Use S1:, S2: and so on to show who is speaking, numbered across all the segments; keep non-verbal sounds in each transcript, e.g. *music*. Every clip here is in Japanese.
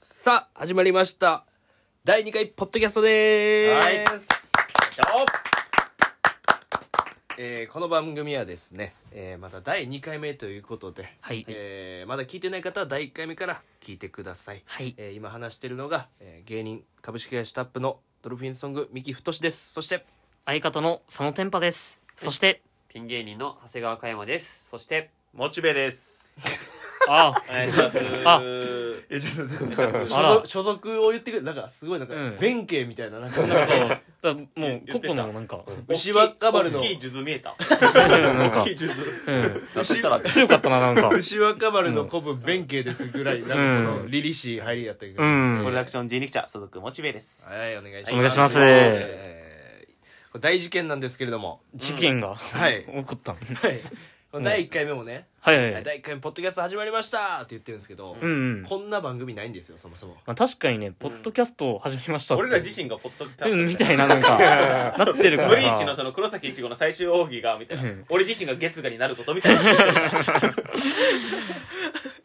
S1: さあ、始まりました。第2回ポッドキャストでーす。
S2: はい
S1: えーこの番組はですね、えーまた第2回目ということで、
S2: はい
S1: えーまだ聞いてない方は第1回目から聞いてください。
S2: はい
S1: えー今話しているのが、えー芸人株式会社タップのドルフィンソング三木太です。そして、
S2: 相方の佐野天パですそして
S3: ピン芸人の長谷川香山です。そして、
S4: モチベです。
S2: ああ
S4: お願いします。
S2: あ
S4: え、ちょっと、お願いします。
S1: 所
S2: あら
S1: 属所属を言ってくれなんかすごいなんか、
S2: うん
S1: 弁慶みたいな、なんか、
S2: だもう
S4: 言
S2: 個
S4: ってた
S2: 々のなんか
S1: 牛若丸の
S4: 大きい数珠見えた。
S2: なん
S4: 大
S2: か
S4: きい数珠。
S2: うん
S3: だとしたら、
S2: 強かったななんか
S1: 牛若丸の古文弁慶ですぐらい、なんかその、リリしい入りやったけど。
S2: うん
S4: プロダクション人力車、所属モチベです。
S1: はい、お願いします。
S2: お願いします
S1: えーこれ大事件なんですけれども、
S2: 事件が *laughs*
S1: はい
S2: 起こったの
S1: はい、第1回目もね、
S2: はいはい
S1: 第1回目ポッドキャスト始まりましたって言ってるんですけど、
S2: うんうん
S1: こんな番組ないんですよ、そもそも。
S2: まあ確かにねポッドキャストを始めましたって
S4: 俺ら自身がポッドキャ
S2: う
S4: ス
S2: ん
S4: ト
S2: みたいななんかなってるから
S4: ブリーチのその黒崎いちごの最終奥義がみたいな
S2: うん
S4: 俺自身が月牙になることみたいな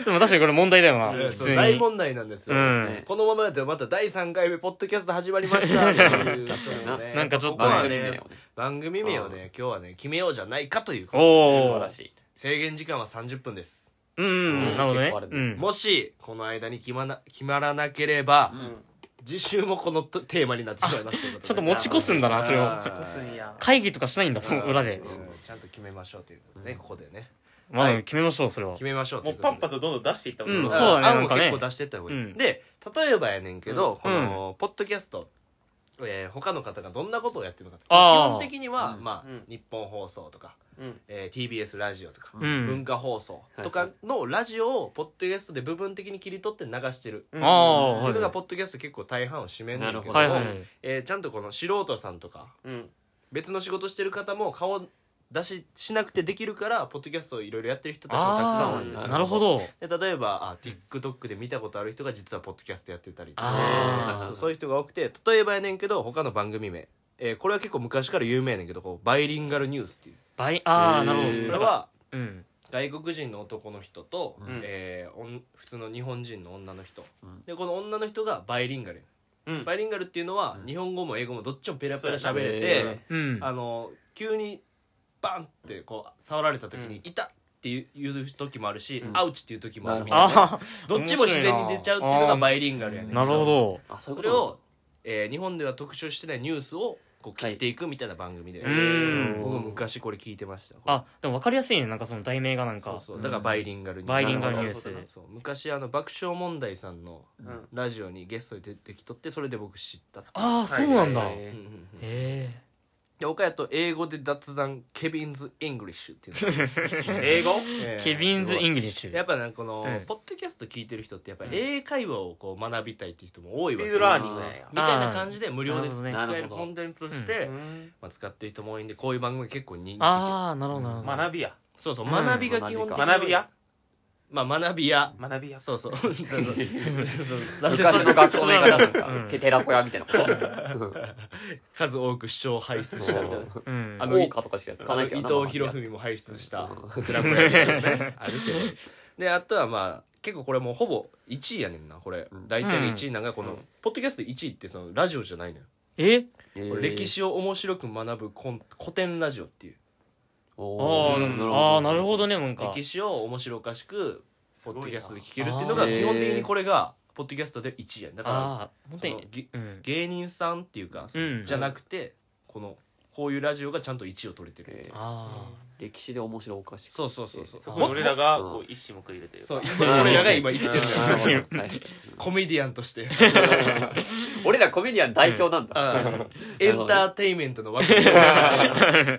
S2: でも確かにこれ問題だよな
S1: うん
S2: 普
S1: そ
S2: 通
S1: う
S2: に
S1: 大問題なんですよ、
S2: うん
S1: ねこのままだとまた第3回目ポッドキャスト始まりま
S2: *laughs*
S1: したっていう
S3: 確かにな
S1: そうね
S2: なんかちょっと
S1: ここは
S3: 番
S1: ね
S3: 組名をね、
S1: 番組名をね今日はね決めようじゃないかということ
S2: おお
S3: 素晴らしい。
S1: 制限時間は30分です、
S2: うんうんなるほどね
S3: 結構あるね
S2: うん
S1: もしこの間に決まな決まらなければ、
S3: ん
S1: 次週もこのとテーマになってしまいますということで
S2: ちょっと持ち越すんだなそれ
S1: あ
S2: を
S1: ー
S4: ちょっとすんや
S2: 会議とかしないんだ
S1: う
S2: そ
S1: ん
S2: の裏で
S1: うんちゃんと決めましょうということでねここでね
S2: ま
S1: は
S2: あ
S1: い
S2: 決めましょうそれは
S1: 決めましょうと
S4: も
S1: いううことで
S4: パッパとどんどん出していったもん、
S2: うん
S4: 俺
S2: そ
S4: ら
S2: うだね
S1: 案
S2: なん
S1: を
S2: かね
S1: 結構出してった方がいい、
S2: うん
S1: で例えばやねんけど、
S2: うん
S1: このポッドキャスト、えー他の方がどんなことをやってるのか
S2: あー
S1: 基本的には、
S3: うん
S1: まあ
S4: うん
S1: 日本放送とか、
S4: うん
S1: えー TBS ラジオとか、
S2: うん
S1: 文化放送とかのラジオをポッドキャストで部分的に切り取って流してる
S2: ああ
S1: ってい
S2: は
S1: うの
S2: い
S1: がポッドキャスト結構大半を占めるんだけども
S3: な
S2: はい
S3: るほ
S2: は
S3: ど
S2: い
S1: えーちゃんとこの素人さんとか
S4: うん
S1: 別の仕事してる方も顔出ししなくてできるからポッドキャストをいろいろやってる人たちもたくさん多いんですけ
S2: あー
S1: ど
S2: なるほど
S1: で例えばあ TikTok で見たことある人が実はポッドキャストやってたりと
S2: あ
S1: か
S3: ー
S1: そういう人が多くて例えばやねんけど他の番組名、えーこれは結構昔から有名やねんけどこうバイリンガルニュースっていう
S2: バイああなるほ
S3: へ
S2: ど
S3: ー
S1: これは
S2: うん
S1: 外国人の男の人と、
S3: うん
S1: えーおん普通の日本人の女の人、
S3: うん
S1: でこの女の人がバイリンガル
S4: うん
S1: バイリンガルっていうのは日本語も英語もどっちもペラペラ喋れて、
S3: そうやね
S2: うん
S1: あの急にバンってこう触られた時に「
S4: うん
S1: 痛っ!」っていう言う時もあるし「
S3: うん
S1: アウチ!」っていう時もあるみたいなね
S2: あ
S1: どっちも自然に出ちゃうっていうのがバイリンガルやね
S2: あ
S1: ん
S2: なるほど
S3: あ、そうい
S1: そうれ
S3: こ
S1: を、えー日本では特集してないニュースをこう切っていくみたいな番組で、
S2: うーん
S1: 僕も昔これ聞いてました
S2: あでも分かりやすいねなんかその題名がなん
S1: そう
S2: か
S1: そうだからバイリンガルニュース
S2: バイリンガルニュース
S4: なるほど
S1: そう昔あの爆笑問題さんの
S4: うん
S1: ラジオにゲストで出てきとってそれで僕知ったって
S2: ああそうなんだ
S3: はい
S2: へ
S1: うんうんうん
S2: え
S1: で岡谷と英語で雑談ケビンズ・イングリッシュっていうのが
S4: 英語
S1: えー
S2: ケビンズ・
S1: すごい
S2: イングリッシ
S1: や
S2: ュ
S1: っぱなんかこの、
S2: うん
S1: ポッドキャスト聞いてる人ってやっぱ英会話をこう学びたいっていう人も多い
S4: ス
S1: わけ
S4: ピー
S1: よ
S4: ドラーニングなんや
S1: みたいな感じで無料で
S2: なるほどね
S1: 使えるコンテンツとして、
S4: うん
S1: まあ、使ってる人も多いんでこういう番組結構人気
S2: ああなるほどなるほど
S4: 学びや
S1: そうそう
S2: うん
S1: 学びが基本的に
S4: 学びや
S1: まあ学びや
S4: 学びや
S1: そう *laughs* そうそうそう
S3: と。
S1: そう
S3: *laughs* 昔の学校名がなんか、
S2: うん
S3: て寺子屋みたいなこと。
S1: 数多く視聴輩出したみたいな
S2: うん
S1: あの
S3: 効果とかしかつか
S1: あ
S3: な
S1: の
S3: い
S1: 伊
S3: けどな。
S1: 藤博文も輩出したクラブやけど
S4: *laughs*
S1: ねあるけどであとはまあ結構これもうほぼ1位やねんなこれ大体の1位なんかこの、ポッドキャスト1位ってそのラジオじゃないのよ、
S2: え
S3: え
S1: これ歴。史を面白く学ぶコン古典ラジオっていう
S2: あ
S3: お
S2: ーあーなるほど
S3: ね。
S2: ねなんか
S1: 歴史を面白おかしくポ
S4: す
S1: ッド
S4: ご
S1: キ
S4: いな
S1: ャストで聞けるっていうのが
S3: あー
S1: 基本的にこれがポッドキャストで1位やねんだから
S2: ああ本当
S1: その
S2: に
S1: ぎ
S2: うん
S1: 芸人さんっていうか、その
S2: うん
S1: じゃなくてこのこういうラジオがちゃんと1位を取れてるっていう、
S3: えー
S2: あ
S3: 歴史で面白おかしい。
S1: そうそうそうそう
S4: そこに俺らがこう一矢報いるという
S1: そう
S4: か
S1: 今俺らが今生きてる
S3: なるほどはい
S1: コメディアンとして
S3: 俺らコメディアン代表なんだ。
S1: *laughs* エンターテインメントの枠で、
S2: あ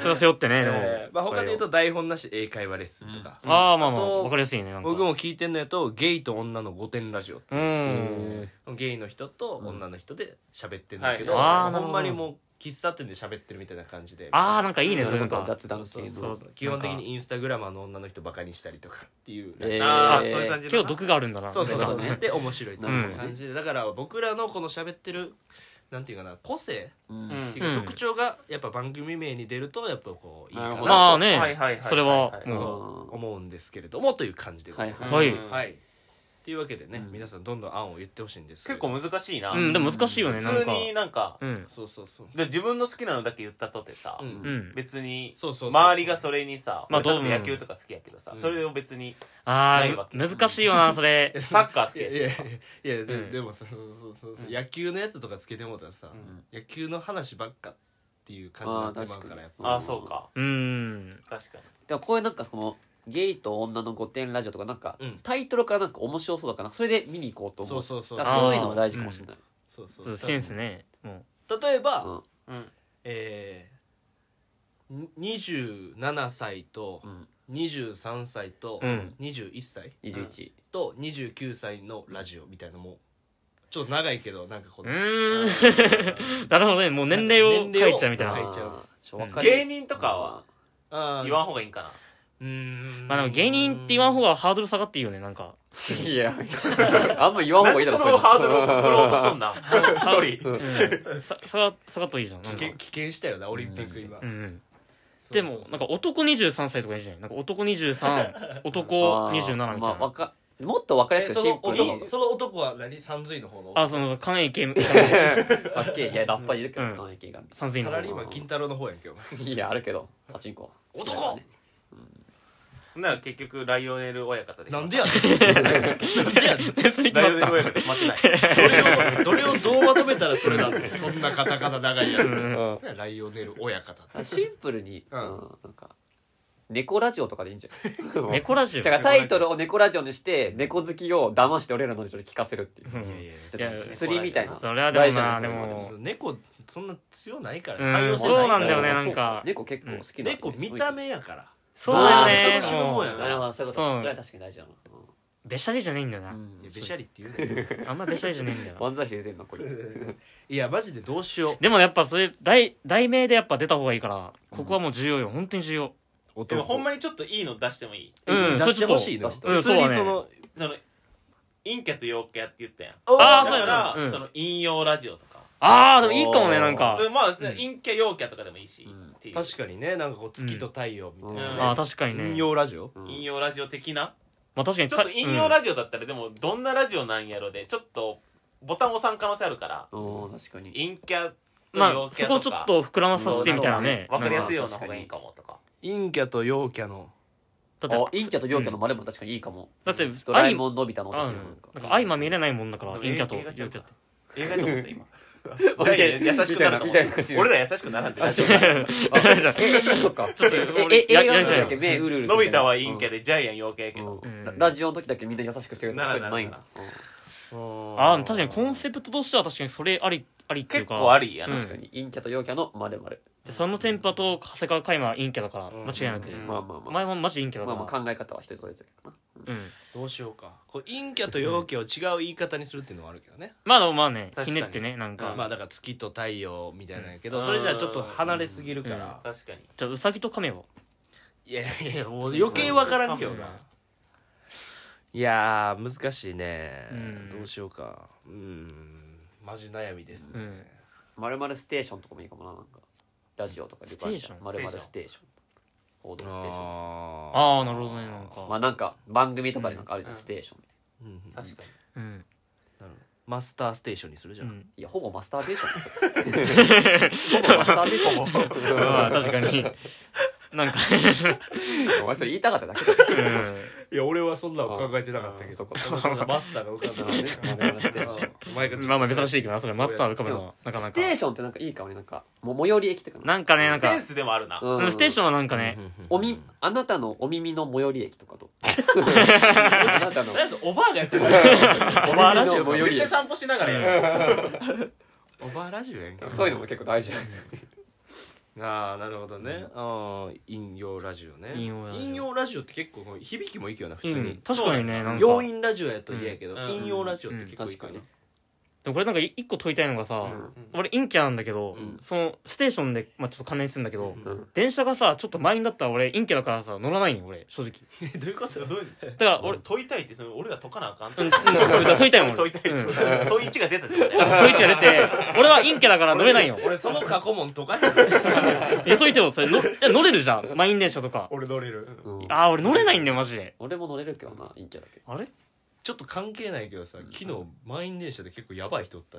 S2: それは背負ってねでも
S1: *laughs* えーまあ、他で言うと台本なし英会話レッスンとか、
S2: ああまあ
S1: あ
S2: まあ
S1: と
S2: 分かりやすいねなんか
S1: 僕も聞いてんのやとゲイと女の御殿ラジオ
S2: うん
S1: ゲイの人と女の人で喋ってるんだけど、
S4: うん
S2: はいあーなる
S1: ほ
S2: ほ
S1: ん
S2: ど
S1: まにもう喫茶店で喋ってるみたいな感じで
S2: ああなんかいいねそれなん
S3: なんか
S2: か
S3: 雑談系
S1: そうそう
S3: の。
S1: そう基本的にインスタグラマーの女の人バカにしたりとかっていう、
S3: え
S4: ああそういう
S3: ー
S4: 感じ
S2: 結構毒があるんだな
S1: そうそうそう
S3: なんかね
S1: で面白いと
S3: な
S1: い
S2: るほ
S1: う
S2: どね
S1: 感じで、だから僕らのこの喋ってるなんていうかな個性
S3: うん
S4: う
S1: っ
S4: ん
S1: ていうか
S2: うん
S1: 特徴がやっぱ番組名に出るとやっぱこういいかな
S3: な
S1: と
S3: るほど
S2: まあね
S4: はいはいはいはい
S2: それは
S4: はい
S2: もう
S1: そう思うんですけれどもという感じでござ
S3: はいい
S1: ます
S3: は
S2: は
S3: い。
S2: い
S4: うん
S1: はいっていうわけでね、
S3: うん
S1: 皆さんどんどん案を言ってほしいんですけ
S4: 結
S1: ど
S4: 構難しいな、
S2: うんでも難しいよねなん
S4: 普通
S2: か
S4: になんか
S2: うん
S1: そうそうそう
S4: で自分の好きなのだけ言ったとてさ、
S1: うん
S2: うん
S4: 別に
S1: そうそうそう
S4: 周りがそれにさ、
S2: まあ
S4: 俺
S2: どう
S4: 例えば野球とか好きやけどさ、
S1: うん
S4: それを別に
S2: あ
S4: ないわ
S2: あ
S4: け
S2: 難しいよなそれ
S4: サッカー好き
S1: いや
S4: や
S1: い
S4: し
S1: やいやいやで,、
S2: うん
S1: でもさそうそうそうそう
S4: うん
S1: 野球のやつとかつけてもうたらさ、
S4: うん
S1: 野球の話ばっかっていう感じになってまうからやっぱ
S4: ああそうか
S2: うん
S4: 確かに
S3: でもこういうなんかそのゲイと女の御殿ラジオとかなんか、
S1: うん
S3: タイトルからなんか面白そうだからそれで見に行こうと思う
S1: そうそうそう
S3: だからそういうのが大事かもしれない、
S1: そうそう
S2: そうセンスねも
S1: 例えば、
S3: うん
S4: うん
S1: えー、に27歳と
S3: うん
S1: 23歳と
S2: うん
S1: 21歳
S3: 21、
S1: と29歳のラジオみたいなのもちょっと長いけどなんかこ
S2: うう
S1: の
S2: ーんなるほどねもう年齢を書いちゃうみたい
S1: 年
S2: な
S1: 齢を書いちゃう
S3: あーちょわかる
S4: 芸人とかは
S1: あー
S4: 言わん方がいいんかな
S1: うーん
S2: まあでも芸人って言わん方
S1: が
S2: がハードル下がっていいよねなんか
S3: いやあんま言わん方がいいだろ
S4: なんでそのハードルをくくろうとしとん
S3: の
S4: な一人
S2: うんさ下が下がっといいじゃんなんか
S1: 危険危険したよなオリンピック今、
S2: うんうん
S1: そうそ
S2: で
S1: う
S2: も
S1: そう
S2: なんか男23歳とかいいじゃないなんか男23男27みたい
S3: まあわ
S2: な
S3: かもっとわかりや
S1: え
S3: す
S1: そ
S3: くシ
S1: の
S3: ンプルに
S1: 男その男は何三髄の方の
S2: あその関係系
S3: かっけえいやラッパーいるけ
S2: う
S3: ど
S2: ん
S3: 関係が
S2: 三千
S1: サ
S2: の
S1: ラ
S2: 方
S1: リー
S2: *laughs* が
S1: マン金太郎の方やんけど
S3: *laughs* いやあるけどパチンコ
S4: 男ほんなら結局ライオネル親方で
S1: なんでやねん
S4: ライオネル親方で決まってない
S1: どれをどうまとめたらそれだってそんなカタカナ長いやつ
S3: うん
S1: ライオネル親方って
S3: シンプルに、
S1: う
S3: うんん、なんか猫ラジオとかでいいんじゃん
S2: 猫ラジオ
S3: だからタイトルを猫ラジオにして猫好きを騙して俺らのラジオで聞かせるっていう
S2: うん
S1: いやいや
S3: つ
S2: いや
S3: 釣りみたいな
S2: それはでもな
S3: 大事なんですよ
S2: でも
S1: そ
S3: 猫
S1: の猫そんな強ないから、
S2: うん
S1: 汎用性い
S2: そう
S1: から
S2: なんだよね
S3: あ
S2: なんか
S3: そう猫結構好きなんだ
S1: 猫
S3: よね
S1: 見た目やから
S2: そうだよ
S1: あ
S2: ね
S1: ーその
S2: も
S1: もんや
S2: う
S1: な
S3: なるほどそういうこと
S2: そう
S3: それは確かに大事なの
S2: べしゃりじゃないんだよな
S3: うん
S1: いやべしゃりって言うね
S2: あんまべしゃりじゃないんだよな
S3: 漫才師出てんのこいつ
S1: いやマジでどうしよ
S2: *laughs* でもやっぱそれ題題名でやっぱ出た方がいいからここはもう重要よ本当に重要
S1: う
S4: でもほんまにちょっといいの出してもいい
S2: うん
S1: 出してほしい
S3: の
S1: の
S3: 出して
S2: ほし
S1: 普
S2: い
S1: 通にそ
S2: うん
S1: の
S4: その陰キャと陽キャって言ったやん
S2: あ
S4: だから
S2: ーそうやなうん
S4: その引用ラジオとか
S2: ああでもいいかもねなんか
S4: それまあ陰キャ陽キャとかでもいいし
S3: うん
S4: っていう
S1: 確かにねなんかこう月と太陽みたい
S3: うん
S2: あ
S1: な
S2: あ、確かに
S1: 人
S2: ね
S1: 形ラジオ
S4: 引用ラジオ的な
S2: まあ確かに
S4: ちょっと引用ラジオだったらでもどんなラジオなんやろでちょっとボタン押さん可能性あるから
S3: うん確かに
S4: 陰キャと
S2: うんまあ
S4: 陽キ
S2: そこ
S4: ャ
S2: をち
S4: と
S2: ょっ
S4: か
S2: と膨らまさせてみたいなね
S4: 分かりやすい
S2: い
S4: ような方がいいかもとか
S1: 陰キャと陽キャの
S2: だって
S3: あ陰キャと陽キャの丸も確かにいいかも
S2: だって
S3: ドラえもんのび太の的な
S2: あ
S3: な
S2: うんん
S3: か
S2: なんか相まみれないもんだから
S4: でも
S2: 陰キャと
S4: 映画ちゃ
S2: 陽
S4: う
S2: キャっ
S4: か
S2: て
S4: 映画と思った今
S3: みたい
S4: いやいや優しくなるかも
S3: みたいな感じ
S4: 俺ら優しくならんで
S3: え、えそっか。ちょっと、え、え、
S2: や
S3: 映画
S2: や
S3: の
S2: りた
S3: 時
S2: い
S3: だけ目うるうるす
S4: のび
S3: るみたい
S4: 太
S3: な
S4: は陰キャでジャイアン陽キャやけど
S3: うんうん
S2: うん
S3: ララジオの時だけみんな優しくしてるとかそういうのないんだ
S4: なら
S2: *laughs* ああ確かにコンセプトとしては確かにそれありありってい
S4: 結
S2: うか
S4: 構ありやな
S2: うん
S3: 確かに陰キャと陽キャの丸々
S2: でそのテンパと長谷川海馬は陰キャだから
S1: うん
S2: 間違いなく、
S4: うん
S3: まあまあま
S2: 前もマジ陰キャ
S3: あ
S2: だか
S3: ま
S2: ら、
S3: あまあ考え方は人それぞれかな
S2: うん、
S1: どうしようかこう陰キャと陽キャを違う言い方にするっていうのはあるけどね、
S2: まあでもまあね
S4: 確か
S2: ひ
S4: に
S2: ねってねなんか、
S4: うん
S1: まあだから月と太陽みたいなんやけど、
S4: うん
S1: それじゃあちょっと離れすぎるから、
S2: うん
S4: 確かに
S2: じゃあウサギとカメを
S1: いやいやいやもう余計わからんけど
S2: そう
S1: な
S2: かも
S1: いやー難しいね、
S2: うん
S1: どうしようかうんマジ悩みです、
S2: うん
S3: 丸々ステーションとかもいいかもななんかラジオとか
S2: ステーション
S3: 丸々ステーション報道ステーションとか
S2: ああなるほどねなんか、
S3: まあなんか番組とかでなんかあるじゃん、
S4: うん
S3: ステーションみたい
S1: うんうん
S4: 確かに
S2: うん
S1: マスターステーションにするじ
S2: う
S1: ゃん、
S2: ん
S3: ないやほぼマスターベーションで
S2: *laughs*
S3: すよほぼマスターベーショ
S2: まあ確かに *laughs* なんか、
S3: ンお前それ言いたかっただけだよ
S2: う
S1: いや俺はそんな
S3: の考
S1: えてな
S3: かったけど
S1: そこマスターが浮かんで
S3: 丸々ステーション
S1: お前が
S2: ん、まあまあ珍しいけどなそれマスター浮かべ
S3: で
S2: る
S3: も
S2: のなかな
S3: ス
S2: か
S3: テーションってなんかいいかもねなんかもう最寄り駅とか
S2: なんかねなんか
S4: センスでもあるな
S2: うんステーションはなんかね、
S3: おみあなたのお耳の最寄り駅
S2: *laughs*
S3: とかとあなたの
S1: おばあがやってる
S3: お
S1: ばあラジオ
S3: 最寄
S4: 絶
S3: り
S4: 対
S3: 駅
S4: 散歩しながらやる
S1: おばあラジオやんけ
S3: そういうのも結構大事なんですよ
S1: ああなるほどね、ああ引用ラジオね
S2: 引用ラジオ
S1: ラジオって結構こう響きもいいけどな普
S2: う
S1: 通に、
S2: ん、確かにねなんか
S1: 要因ラジオやと嫌やけど、
S4: うん
S1: 引用ラジオって結構いい
S3: 確
S1: か
S3: からに
S2: でもこれなんかい一個問いたいのがさ、
S3: うん
S2: 俺陰キャなんだけど、
S3: うん
S2: そのステーションで、まあ、ちょっと関連するんだけど、
S1: うん
S2: 電車がさちょっと満員だったら俺陰キャだからさ乗らないよ俺正直
S1: *laughs* どういうこと
S4: どういう
S2: だから俺
S4: 俺解いたいってその俺ら解かなあかんって
S2: うん、うん、解いたいもん
S4: 解い
S2: 俺
S4: たいって
S2: うん、解
S4: 問い1が出たってことね
S2: いて出て俺は陰キャだから乗れな
S1: *laughs*
S2: いよ
S1: 俺その過去問とか *laughs*
S2: え解いてよそれのいや乗れるじゃん満員電車とか
S1: 俺乗れる
S3: うん
S2: ああ俺乗れないんだよマジで
S3: 俺も乗れるけどな陰キャだけど
S2: あれ
S1: ちょっと関係ないけどさ昨日満員電車で結構やばい人おった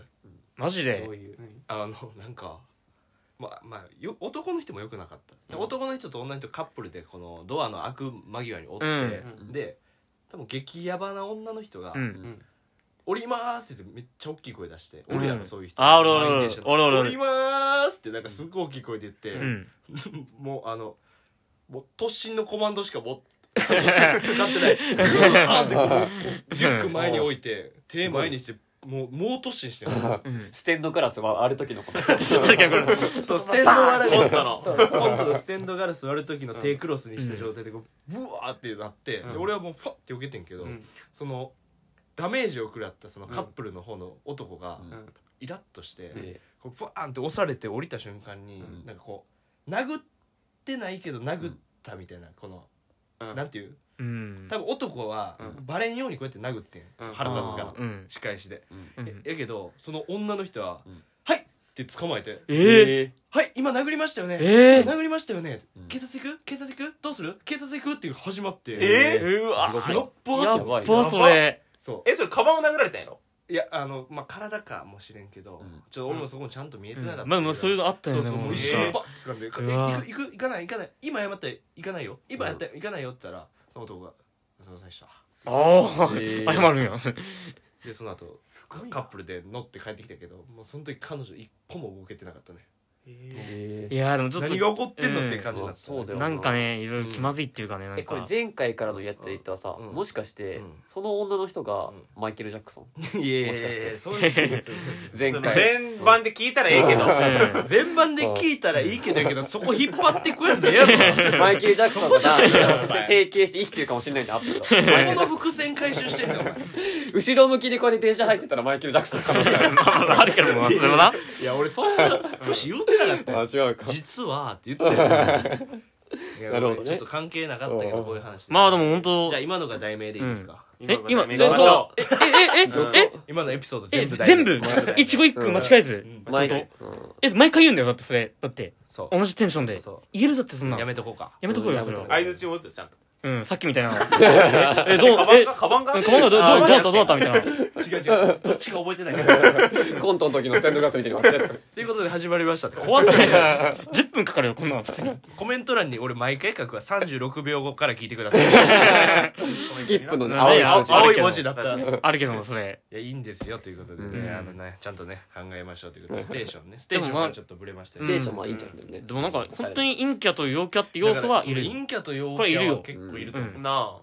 S2: マジ
S1: ど
S2: で
S1: ういうあのなんかままあよ男の人も良くなかった、
S4: うん
S1: 男の人と女の人カップルでこのドアの開く間際におって、
S2: うん
S4: うん
S1: で多分激ヤバな女の人が
S2: う
S4: うんん
S1: 「降ります」って言ってめっちゃ大きい声出して、
S2: うん
S1: 俺らのそういう人
S2: あおるおるおる
S1: 満員電車の
S2: おるおるお
S1: 降
S2: る
S1: ります」ってなんかすっごい大きい声で言って、
S2: うん
S1: もうあのもう突進のコマンドしかも使って *laughs*
S2: *laughs*
S1: ないグワーってこうリュック前に置いて手前にしてもう猛突進してる
S2: うん
S3: ステンドグラスはある時のこと
S1: そうステンド割れ
S4: コントの
S1: そうコントのステンドガラス割る時の手クロスにした状態でこうブワーってなって、
S4: うん
S1: で俺はもうファッて避けてんけど、
S4: うん
S1: そのダメージを食らったそのカップルの方の男が
S3: うん
S4: うん
S1: イラッとして、
S3: え
S1: こうブワーンって押されて降りた瞬間に、
S4: うん
S1: なんかこう殴ってないけど殴ったみたいなこの、
S4: うん
S1: なんていう
S2: うん
S1: 多分男は
S4: うん
S1: バレんようにこうやって殴ってん、
S4: うん
S1: 腹立つから、
S2: うん
S1: 仕返しで、
S2: うん
S1: やけどその女の人は「
S3: うん
S1: はい!」って捕まえて
S2: えー
S3: え
S1: 「はい今殴りましたよね」
S2: えー
S1: 殴りましたよね、
S3: うん
S1: 警察行く警察行くどうする警察行くっていう始まって
S4: え
S2: う
S1: や
S2: わ
S1: っば
S2: や
S1: ーって
S2: っ
S3: や
S2: ばそれ
S1: そ
S4: えそれカバンを殴られたんやろ
S1: ういやあのまあ体かもしれんけど、
S3: うん
S1: ちょっと俺もそこもちゃんと見えてなかった、
S2: まあまあそういうのあった
S1: そ
S2: よ
S1: う
S2: ね
S1: そうもう
S2: う
S1: 一
S4: え
S1: 瞬
S4: ー
S1: パッ掴んで「
S2: うわ
S1: え行く行く行かない行かない今謝ったら行かないよ今やったら行かないよ」って言ったらその男が「すいませんでした
S2: ああ
S3: えー
S2: 謝るんや」
S1: でその後
S4: すごい
S1: カップルで乗って帰ってきたけどもうその時彼女一歩も動けてなかったね
S4: え
S3: え
S2: いやーでもちょっと
S1: 何が起こってんのっていう感じになった、
S3: うんそうだよ
S2: なんかねいろいろ気まずいっていうかねなん
S3: えこれ
S2: か
S3: 前回からのやつで言ったらさ
S1: うん
S3: もしかして
S1: うん
S3: その女の人が
S1: うん
S3: マイケル・ジャクソ
S1: いや
S3: ン
S1: いやいや
S3: もしかして
S1: そういうこと
S3: 前
S4: その
S3: 回
S4: 連番で聞いたらええけど
S2: うん
S1: 全版で聞いたらいいけどやけどそこ引っ張ってくやんでええやろ
S3: マイケル・ジャクソンがな
S1: そこじゃない
S3: 整形して生きてるかもしれないんだあったけど
S1: どこの伏線回収してんのお前
S3: 後ろ向きでこうやって電車入ってたらマイケル・ジャクソンかもしれない
S2: あるけどもそれもない
S1: や俺そんな節言うてなかったよ
S3: 違うか
S1: 実はって言ってたよいや
S3: なるほどね
S1: ちょっと関係なかったけどこういう話
S2: まあで
S1: も
S2: も本当
S1: じゃあ今のが題名でいいですか、
S2: え今
S4: 今しましょう
S2: えええええ
S1: 今のエピソード
S2: え
S1: 全部題名
S2: 全部一語一句間違えず
S1: うん
S3: マイ
S2: ちょっ
S3: ケ
S2: と
S3: ルうん
S2: え毎回言うんだよだってそれだって
S1: そ
S2: 同じテンションで
S1: そ
S2: 言えるだってそんな
S1: うや
S2: や
S1: めとこうか
S2: めとこう
S3: う
S2: よ
S3: ん
S2: それ
S3: や
S2: は
S3: めと
S4: 相槌を打つよちゃんと
S2: うんさっきみたい *laughs* なえどう
S4: カバン
S2: え
S4: がカバンが
S2: うんカバンがどうどう
S4: カバン
S2: どう
S4: が
S2: だったどうだったみたいな
S1: 違う違うどっちか覚えてないから
S3: コントの時のステンドグラス見てきます
S1: ということで始まりましたって怖 *laughs* すぎる
S2: 10分かかるよこんなの普通に
S1: コメント欄に俺毎回書くわ36秒後から聞いてください
S3: スキップのね
S2: うん
S3: 青い
S2: あ
S3: 数字
S2: あ
S1: *laughs* 青い文字だったらい
S2: あるけどもそれ
S1: やいいんですよということで
S2: う
S1: ね
S2: ん
S1: あのねちゃんとね考えましょうということでステーションねステーションはちょっとブレましたけど
S3: ステーションはいいんじゃんでもね
S2: でもなんか本当に陰キャと陽キャって要素はいる
S1: だからその陰キャと陽
S2: これい
S1: キ
S2: る
S1: ャは
S2: よ
S1: 結構いると思う
S2: うん
S4: な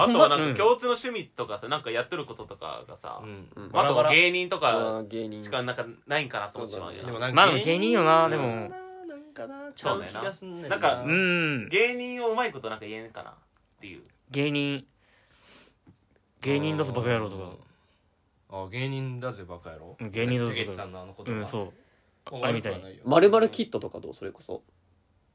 S4: あ
S2: っ
S4: あ
S2: て
S4: と
S2: ほ
S4: は
S2: んま
S4: なん
S2: うん
S4: か共通の趣味とかさなんかやってることとかがさ
S1: うん
S3: うん
S4: あとは芸人と
S3: あ
S4: か
S3: ー芸人
S4: しかなんかないんかなと思ってしまうんや
S1: でもな
S4: な
S1: んか
S2: まあでも芸人よなでも
S1: なんかな違
S4: そう
S1: う
S4: ね
S1: 気がすんねん
S4: なんか
S2: うん
S4: 芸人をうまいことなんか言えんかなっていう
S2: 芸人芸人だぞバカ野郎とか
S1: あ芸人だぜバカ野郎
S2: うん芸人だぞ
S1: 竹内さんのあのこと
S2: うんそうあみたいに
S1: よ
S3: まるまるキットとかどうそれこそ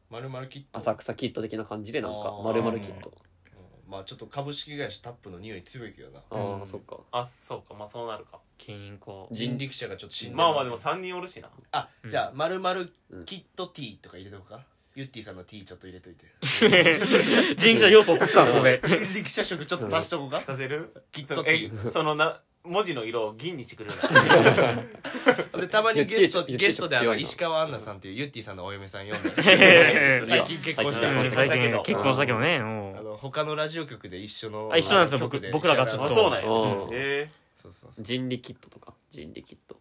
S1: まるまるキット
S3: 浅草キット的な感じでなん
S1: あ
S3: か
S1: ー
S3: まるまるキット
S1: うんまあちょっと株式会社タップの匂い強いけどな
S3: あ
S2: ん
S3: ーそっか
S4: あそうかまあそうなるか
S2: 芸人か
S1: 人力車がちょっと死んでる
S4: まあまあでも3人おるしな
S1: あじゃあまるまる
S3: うん
S1: キット T とか入れとくかゆってぃさんの T ちょっと入れといて
S2: 人者要素を足した *laughs* のここで
S1: *laughs* 人力車色ちょっと足しとこうか
S4: 出せる
S1: きっ
S4: そ
S1: と
S4: の
S1: ってい
S4: え
S1: う
S4: そのな文字の色を銀にしてく *laughs* れる
S1: でたまにゲスト
S3: ゆってぃ
S1: ゲストであ
S3: ゆっ
S1: の
S3: てぃ
S1: 石川アンナさんっていうゆってぃさんのお嫁さん呼んで
S2: *laughs* うん
S1: 最近結婚し
S2: 最
S1: た
S2: 近
S1: の
S2: 結
S3: 最
S2: 婚したけど
S4: 結
S2: 結
S4: 婚
S2: 婚したけどね
S1: あ
S2: も
S1: の他のラジオ局で一緒の
S2: あ一緒なんですよ
S1: 局
S2: 僕僕らがちょっと
S4: あそうなんや
S3: うん
S4: え
S1: そうそうそう
S3: 人力キットとか人力キット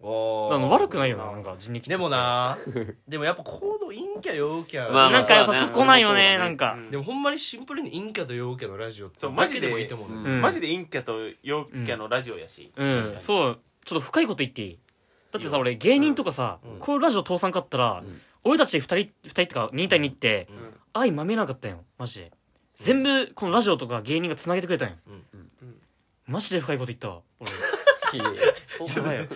S2: う
S1: おー
S2: あの悪くないよななんか人力
S1: でも
S2: *laughs*
S1: なでもやっぱこの陰キャ陽キャ、
S3: まあま
S2: な
S3: あ
S2: んかやっ
S3: そうだ
S2: ぱ
S3: ね
S2: そこないよね
S3: 俺もそうだ
S2: な
S3: ね
S2: んか
S4: うん
S1: でもほんまにシンプルに陰キャと陽キャのラジオって
S4: そう
S1: だけでも
S4: マジで
S1: いいと思うね、
S2: う
S4: え
S2: ん
S4: マジで陰キャと陽キャのラジオやし
S2: うん
S4: 確かに
S2: そうちょっと深いこと言っていいだってさ俺芸人とかさ
S1: うん
S2: こういうラジオ倒産かったら
S3: うん
S2: 俺たち2人2人ってか2対2って
S1: うん
S2: 愛まみえなかったんよマジで全部このラジオとか芸人がつなげてくれたんよ
S1: うん
S4: うん
S2: マジで深いこと言ったわ俺
S3: いやそう
S2: やばいよ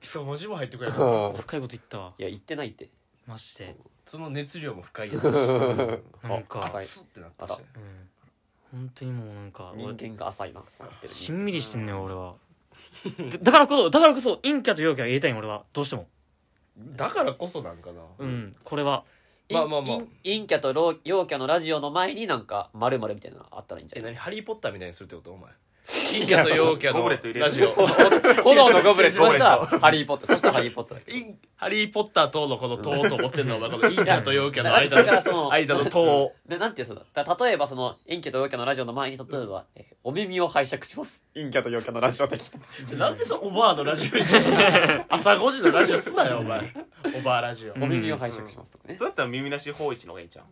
S1: 一文字も入ってこない
S3: か
S2: 深いこと言ったわ
S3: いや言ってないって
S2: マジで
S1: その熱量も深いや
S2: *laughs*
S1: つだし
S2: なんか
S3: はい
S1: 熱ってなったし
S3: あら
S2: うん本当にもうなんか俺
S3: 人間が浅いなそうなってる
S2: しんみりしてんねん俺はだ *laughs* だからこそだからこそ陰キャと陽キャが言いたいん俺はどうしても
S1: だからこそなんかな、
S2: うんこれは
S1: まあまあまあ
S3: インイン陰キャとロー陽キャのラジオの前になんかまるまるみたいなのあったらいいんじ
S1: え
S3: ゃな
S1: *laughs*
S3: い
S1: 何ハリー・ポッターみたいにするってことお前陰キャと陽キャ
S4: ゴブレット
S1: の
S4: 入れる
S1: ラジオ *laughs*
S3: 炎のゴブレット。
S4: ゴブレ
S3: そ
S4: ッ
S3: したら
S4: ト、
S3: ハリーポッター。そしたらハリーポッターだけど。
S1: インハリー・ポッター等のこの塔と思ってんのはお前この陰キャと陽キャの
S3: だからだから
S1: 間
S3: そ
S1: の
S3: の
S1: 間の塔を
S3: で、なんていうそうだ。だから例えばその、陰キャと陽キャのラジオの前に、例えば、えーお耳を拝借します。陰キャと陽キャのラジオ的な。
S1: なんでそのおばあのラジオに *laughs* 朝5時のラジオすなよお前おばあラジオ
S3: お耳を拝借しますとかね。
S4: そうだったら耳なし芳一の方がいいんちゃ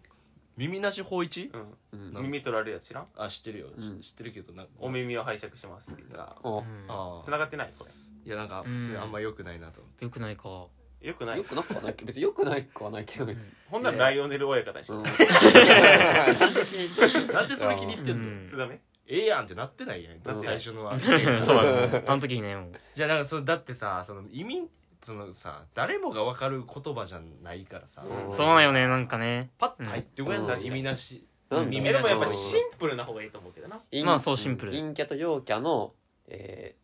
S1: 耳なし芳一
S4: う
S3: うん
S4: うん。耳取られるやつ知らん
S1: あ知ってるよ
S3: うん
S1: 知ってるけどなんか
S4: お耳を拝借しますって言ったら
S1: あ
S3: お
S2: うん
S1: あ
S4: 繋がってないこ
S1: いやなんか普通にあんま良くないなと思って
S2: よくないか
S4: れよくない
S3: よくなくはないけど別によくないくはないけど別に。
S4: ほんならライオネル親方にしよう
S3: なんで気に入っ
S1: *laughs*
S3: て
S1: なんでそれ気に入ってんの、
S4: *laughs*
S2: うん
S4: それダメ
S1: ええやんってなってないやん
S4: なってな
S1: 最
S4: い
S1: 初のは
S2: そうだねあの時にねもう
S1: じゃあなんかそのだってさその移民そのさ誰もが分かる言葉じゃないからさ、
S3: うん
S2: そうなんよねなんかね
S1: パッと入ってこやん
S3: うん
S1: な、
S3: うん
S1: 意味なし
S3: なんだ
S1: 耳
S4: えでもやっぱ
S1: り
S4: シンプルな方がいいと思うけどな
S3: 陰
S2: まあそうシンプル
S3: 陰キャと陽キャの、え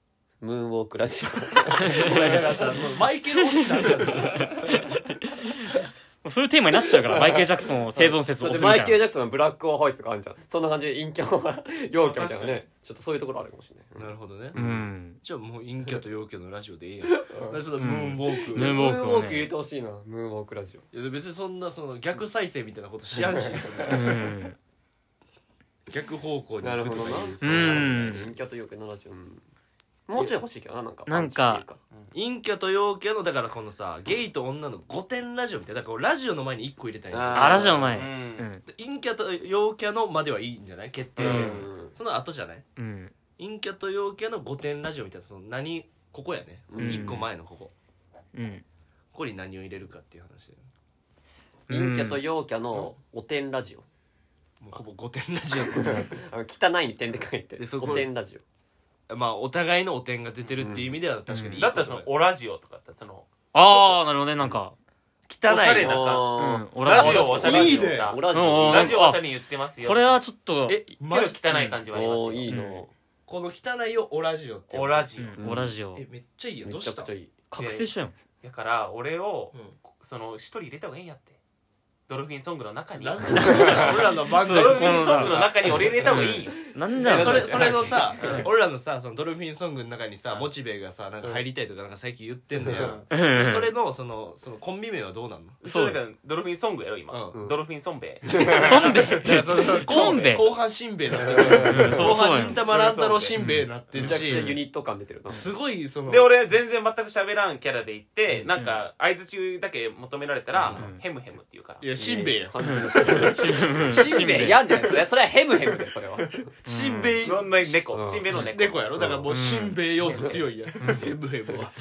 S3: ー、ムーンウォークラジ
S1: だからさもうマイケル推しなんだよ
S2: もうそういうテーマになっちゃうからマイケル・ジャクソンを生存
S3: オ。
S2: 説を
S3: そ
S2: 推す
S3: うで、
S2: みた
S3: マ
S2: い
S3: イ
S2: な
S3: ケル・ジャクソンのブラックオアホイスとかあるじゃん。そんな感じで陰キャは陽キャみたいなね。ちょっとそういうところあるかもしれない。
S1: なるほどね、
S2: うん
S1: じゃあもう陰キャと陽キャのラジオでええやんだからそのムーンウォーク、
S2: ムーンウォーク
S3: ムーンウォーク入れてほしいな。ムーンウォークラジオ。
S1: いや別にそんなその逆再生みたいなことしや
S3: *laughs*
S1: んし
S2: うん
S1: 逆方向に行くとか
S3: なるほ
S1: い
S3: ど
S1: う
S3: な
S1: その
S2: うん
S3: 陰キャと陽キャのラジオ。うんもうちょい欲しいけどな、なんか。
S2: なんか
S3: パンチって
S1: 陰キャと陽キャのだからこのさゲイと女の5点ラジオみたいなだからこうラジオの前に1個入れたいんですよ
S3: あ
S2: あラジオの
S4: う
S2: 前うんん
S1: 陰キャと陽キャのまではいいんじゃない決定で、
S2: う
S3: いうんか
S1: その後じゃない
S2: うん
S1: 陰キャと陽キャの5点ラジオみたいなその何ここやね、一
S2: うん
S1: 1個前のここ
S2: うん
S1: ここに何を入れるかっていう話で
S3: 陰キャと陽キャのお点ラジオ。
S1: もうほぼ5点ラジオ
S3: あの汚いに点で書いて
S1: でそこ
S3: お点ラジオ。
S1: *laughs* まあお互いのお点が出てるっていう意味では確かにいい
S4: だったらその
S1: こと
S4: オラジオとかだったらその
S2: ああなるほどねなんか
S1: だよ
S4: おしゃれ
S1: 汚い
S4: な
S1: の
S4: 感
S2: う
S3: あ
S2: ん
S3: ー
S2: 俺
S4: ラ
S2: は
S4: ジオおしゃれ
S1: いいね
S4: ラジオ
S3: オラジ
S2: うん
S3: オ。
S4: ラジオおしゃれに言ってますよ
S2: これはちょっと
S1: え
S4: けど汚い感じはありますよ
S3: おーいい
S2: うん
S3: の。
S1: この汚いをオラジオって
S4: オラ
S1: ジ
S4: ジ
S2: う
S4: オ
S2: んおラジオ
S1: えめっちゃいいよ
S3: め
S1: どう
S3: ちゃ
S1: した
S3: くちゃいい。
S2: 覚醒したよ
S4: だから俺を
S1: うん
S4: その一人入れた方がいいんやってドルフィンソングの中に
S1: な
S4: ドル
S1: ん
S4: フ
S1: で
S4: *laughs*
S1: 俺らの漫才
S4: ィンソングの中に俺入れた方がいいよ
S2: なん
S1: いや
S2: だ
S1: そ
S2: そ
S1: れ
S2: れ
S1: そ
S2: そ
S1: れ
S2: れ
S1: の
S2: の
S1: さ
S4: うん
S1: 俺らのさそのドルフィンソングの中にさ
S4: うん
S1: モチベがさなんか入りたいとかなんか最近言ってんだよ
S4: う
S1: そそれのそのそのコンビ名はどうなんの
S4: んちょっとだからドルフィンソングやろ今
S1: うん
S4: ドルフィンソンベイ
S1: だからその
S2: コンベ
S1: 後半しんべヱになってる後半忍たま乱太郎しんべヱになって
S3: め
S1: る
S3: ちゃくちゃユ
S1: し
S3: ニット感出てるな。
S1: すごいその
S4: で俺全然全く喋らんキャラで行って
S1: うん
S4: なんか相槌だけ求められたら
S2: うん
S4: ヘムヘムって言うから
S1: いやしんべヱ
S3: 完全にしんべヱやんじゃないそれ。それはヘムヘムで、それは。
S1: しんべ
S4: そ
S1: ヱ
S4: んな猫
S3: うん
S4: しんべの猫
S1: 猫やろだからもうしんべヱ要素強いやんヘブヘブは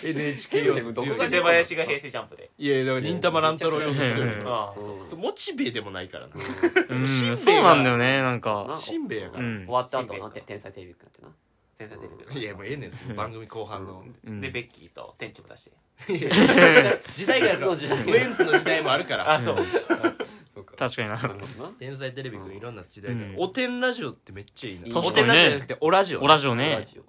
S1: NHK 要素強いやん
S4: 出林が平成ジャンプで
S1: いやいやだから忍たま乱太郎要素強い
S2: うん
S1: やん
S4: ああそう
S1: そうモチベでもないからな
S2: うん
S1: し
S2: そ
S1: ん
S2: う
S1: べヱが
S2: なんだよねなんか
S1: しんべヱやか
S2: う
S1: ら
S2: ん
S3: 終わった後なんて天才テレビくんってな。
S4: 天才テレビ
S1: いやもうええねんその番組後半の
S2: うん
S4: でベッキーと天地も出して
S1: 時代があるからウ
S3: 別の時代
S1: エンツの時代も *laughs* あるから
S4: あそう
S3: そうか。
S2: *laughs* 確かにな
S3: なるほどな。
S1: 天才テレビくんいろんな時代がある
S2: うん
S1: おてんラジオってめっちゃいいな
S3: 確か
S1: おてん
S3: にね
S1: ラジオじゃなくておラジオ
S2: オラジオ
S3: ラ
S2: ね
S3: ジオ。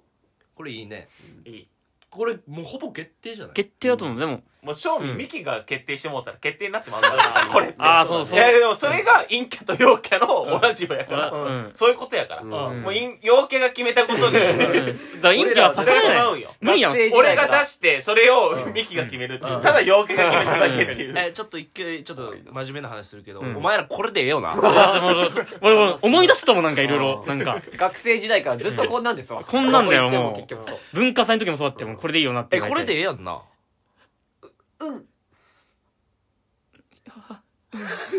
S1: これいいね
S4: いい
S1: これもうほぼ決定じゃない
S2: 決定だと思うでも
S4: もう正味ミキが決定してもうたら決定になってまうからこれって
S2: ああそうそう
S4: いやでもそれが陰キャと陽キャのオラジオやから、
S2: うんうん
S4: そういうことやから、
S3: うん
S4: もう陰陽キャが決めたことで
S2: うんだからインキャはパ
S4: そ
S2: クら
S4: れも
S2: れ
S4: 合
S2: な
S4: う
S2: い
S4: よ
S2: 無理やん
S3: 学生時
S4: 俺
S3: 代
S4: が
S3: か
S4: 出
S3: ら
S4: してそれをミキが決めるっていう、ただ陽キャが決めただけっていう、
S1: えちょっと一回ちょっと真面目な話するけどお
S2: うん
S1: 前らこれでええよな
S2: 俺俺思い出したもんなんかいろいろ *laughs* なんか
S3: 学生時代からずっとこんなんですわ。
S2: こんなんだよ
S3: どこ行
S2: もう
S3: って結局そう。
S2: 文化祭の時もそうだってもうこれでいいよなって
S1: えこれでええやん *laughs* な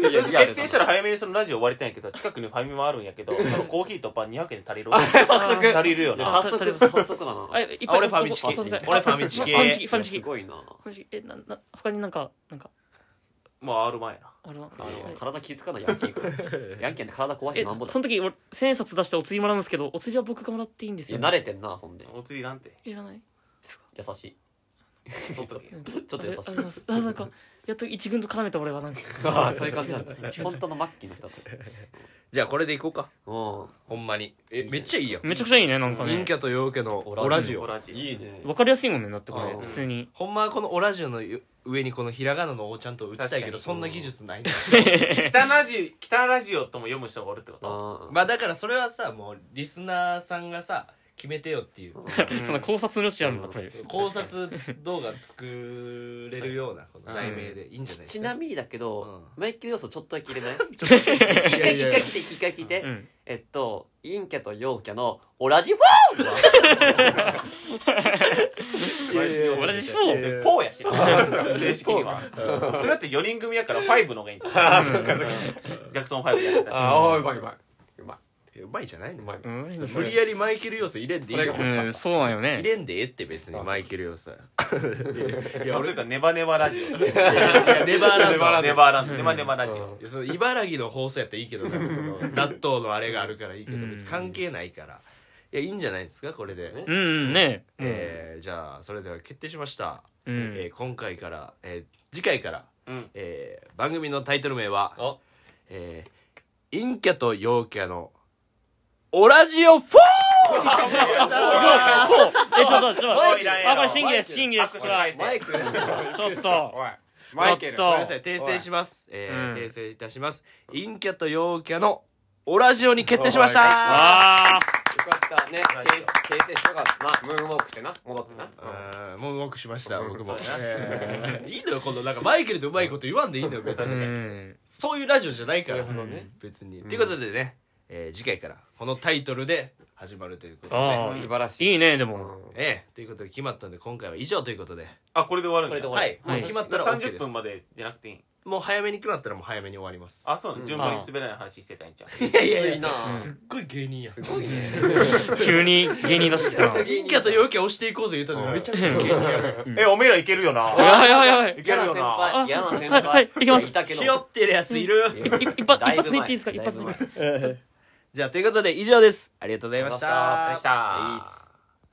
S3: いや
S4: 決定したら早めにそのラジオ終わりたいんやけど近くにファミマあるんやけどそのコーヒーとパン200円で足りる
S3: 早速
S4: 足りるよ
S3: いや
S4: な
S3: 早速早速だな
S2: あいっぱい
S1: あ俺ファミチキ
S2: あそうだ
S1: 俺ファミチ
S2: ファミ
S1: キ
S2: チキファミチ
S3: す
S2: キフ
S3: ごいな
S2: ァミチキえなな他になんかなんか
S4: まあある前やな
S2: あれは
S3: あの体気づかないヤンキー
S2: *laughs*
S3: がヤンキーって体壊して
S2: え
S3: なんぼだ
S2: その時俺千円札出してお釣りもらうんですけどお釣りは僕がもらっていいんです
S3: いや
S2: よ
S3: 慣れてんなほんで
S4: お釣りなんて
S2: いらない
S3: 優しい
S4: 取っとけ
S2: うん
S3: ちょっと優しい
S2: あありますあなんかやっと一軍と絡めた俺はなんか
S3: ああそういう感じなんだ
S2: *laughs*
S3: 本当の末期の人だ
S1: じゃあこれでいこうか
S3: うん
S1: ほんまにえ
S3: いいじゃん
S1: めっちゃいいやん
S2: めちゃくちゃいいねなんか
S1: 陰
S2: ね
S1: キャと陽キャのオ
S3: オ
S1: ラ
S3: ラ
S1: ジ
S3: ジ
S1: オ
S4: オラジ
S3: いいね
S2: わかりやすいもんねだってこれ
S1: うん
S2: 普通に
S1: ほんまはこのオラジオの上にこのひらがなの「お」ちゃんと打ちたいけ
S4: 確か
S1: ど
S4: に
S1: そんな技術ない
S4: 北ラジ北ラジオとも読む人がおるってこと
S1: *laughs*
S3: あ
S1: まあだからそれはさもうリスナーさんがさ決めてよっていう
S4: うん
S2: そんな考察の余地あるんだこれ
S1: 考察動画作れるようなこの題名でいいんじゃないで
S3: ちち
S1: す
S3: な
S1: か
S3: みにだけど、
S1: う
S3: マイケル要素ちょっとだけ入れ
S2: *laughs*
S3: ない
S1: ちょっと
S3: *laughs* 一回
S1: いやいや
S3: 一回聞いて一回聞いて、
S2: うん
S3: えっと陰キャと陽キャのオラジフォーム
S2: 俺でしょ
S1: いやいや
S4: ポーやしな正式にはそれだって4人組やから5の方がいいんじゃない
S3: あーそっかそっ
S4: う
S3: か
S4: んジャクソン5やったし
S3: ああうまいうまいうまいう
S1: まいじゃないの
S3: うまい
S2: うん
S1: 無理やりマイケル要素入れんでいいよ
S3: それが欲しい
S2: うんそうなんよ
S1: 入
S2: ね
S1: れんでええって別にマイケル要素いやい
S4: ま
S1: や
S4: あと
S1: 俺
S4: いうかネバネバラジオネ
S1: いやネバーランド
S4: バネバランド
S2: うん
S4: ネバネバラジ
S3: うん
S4: オ
S1: いやその茨城の放送やったらいいけどなその納豆のあれがあるからいいけど
S2: うん
S1: 別に関係ないからいやいいんじゃないですかこれで、
S3: ね
S2: うんうんね
S1: えーじゃあそれでは決定しました、
S2: うん
S1: えー今回から、えー次回から、
S4: うん
S1: えー番組のタイトル名は
S3: お
S1: 「えー陰キャと陽キャのオラジオ4」
S2: そうえちょっとちょっと
S4: おいらんや
S2: あこ
S4: ろ
S2: れ審議です審議です
S4: 握手会
S3: マイ
S4: 制
S3: クマ
S2: ちょっと
S5: おいマイケル
S2: ちょっ
S1: ご
S2: と
S1: めんなさい訂正します、えー
S2: うん
S1: 訂正いたします陰キャと陽キャのオラジオに決定しました
S2: あ
S3: よかったね訂訂正してよかったなムーンウォークしてな戻ってな
S1: うんもううまくしました僕も、えーいいのよこのなんかマイケルとうまいこと言わんでいいのよ別
S2: ーう
S1: に
S2: ん
S1: そういうラジオじゃないから
S3: なるほどね
S1: 別にということでね、えー次回からこのタイトルで始まるということで
S2: あ
S3: 素晴らしい
S2: いいねでも
S1: ええということで決まったんで今回は以上ということで
S4: あこれで終わるん
S3: こ
S4: だ
S3: れで終わ
S1: はい、
S2: はい
S1: もう決まったら OK で
S4: 30
S1: す
S4: 分までじゃなくていい
S1: もう早めに決まったらもう早めに終わります
S4: あそうなの順番に滑らない話してたんじゃん
S1: いやい
S3: り
S1: や
S3: つ
S1: い
S3: い
S1: や
S3: な
S1: すっごい芸人や
S3: すごいね
S2: 急に芸人出してきたな
S1: 陰キャと陽キャ押していこうぜ言うたのにめちゃくちゃ芸人や
S4: えおめえらいけるよな
S2: やばいやばいやばい
S4: いけ
S3: 嫌
S4: るよ
S3: な先
S4: な
S3: 輩嫌な先
S2: はい
S3: 輩
S2: はいいきます
S3: たけど
S1: ひよってるやついる
S2: い一発
S3: だ
S2: 一
S3: いぶ
S2: 発で言っ
S3: 前
S2: ていいですか一発で
S3: だいぶ前
S1: じゃあということで以上ですありがとうございまし
S3: ありがとうご
S4: でした
S3: ざいましたいいっす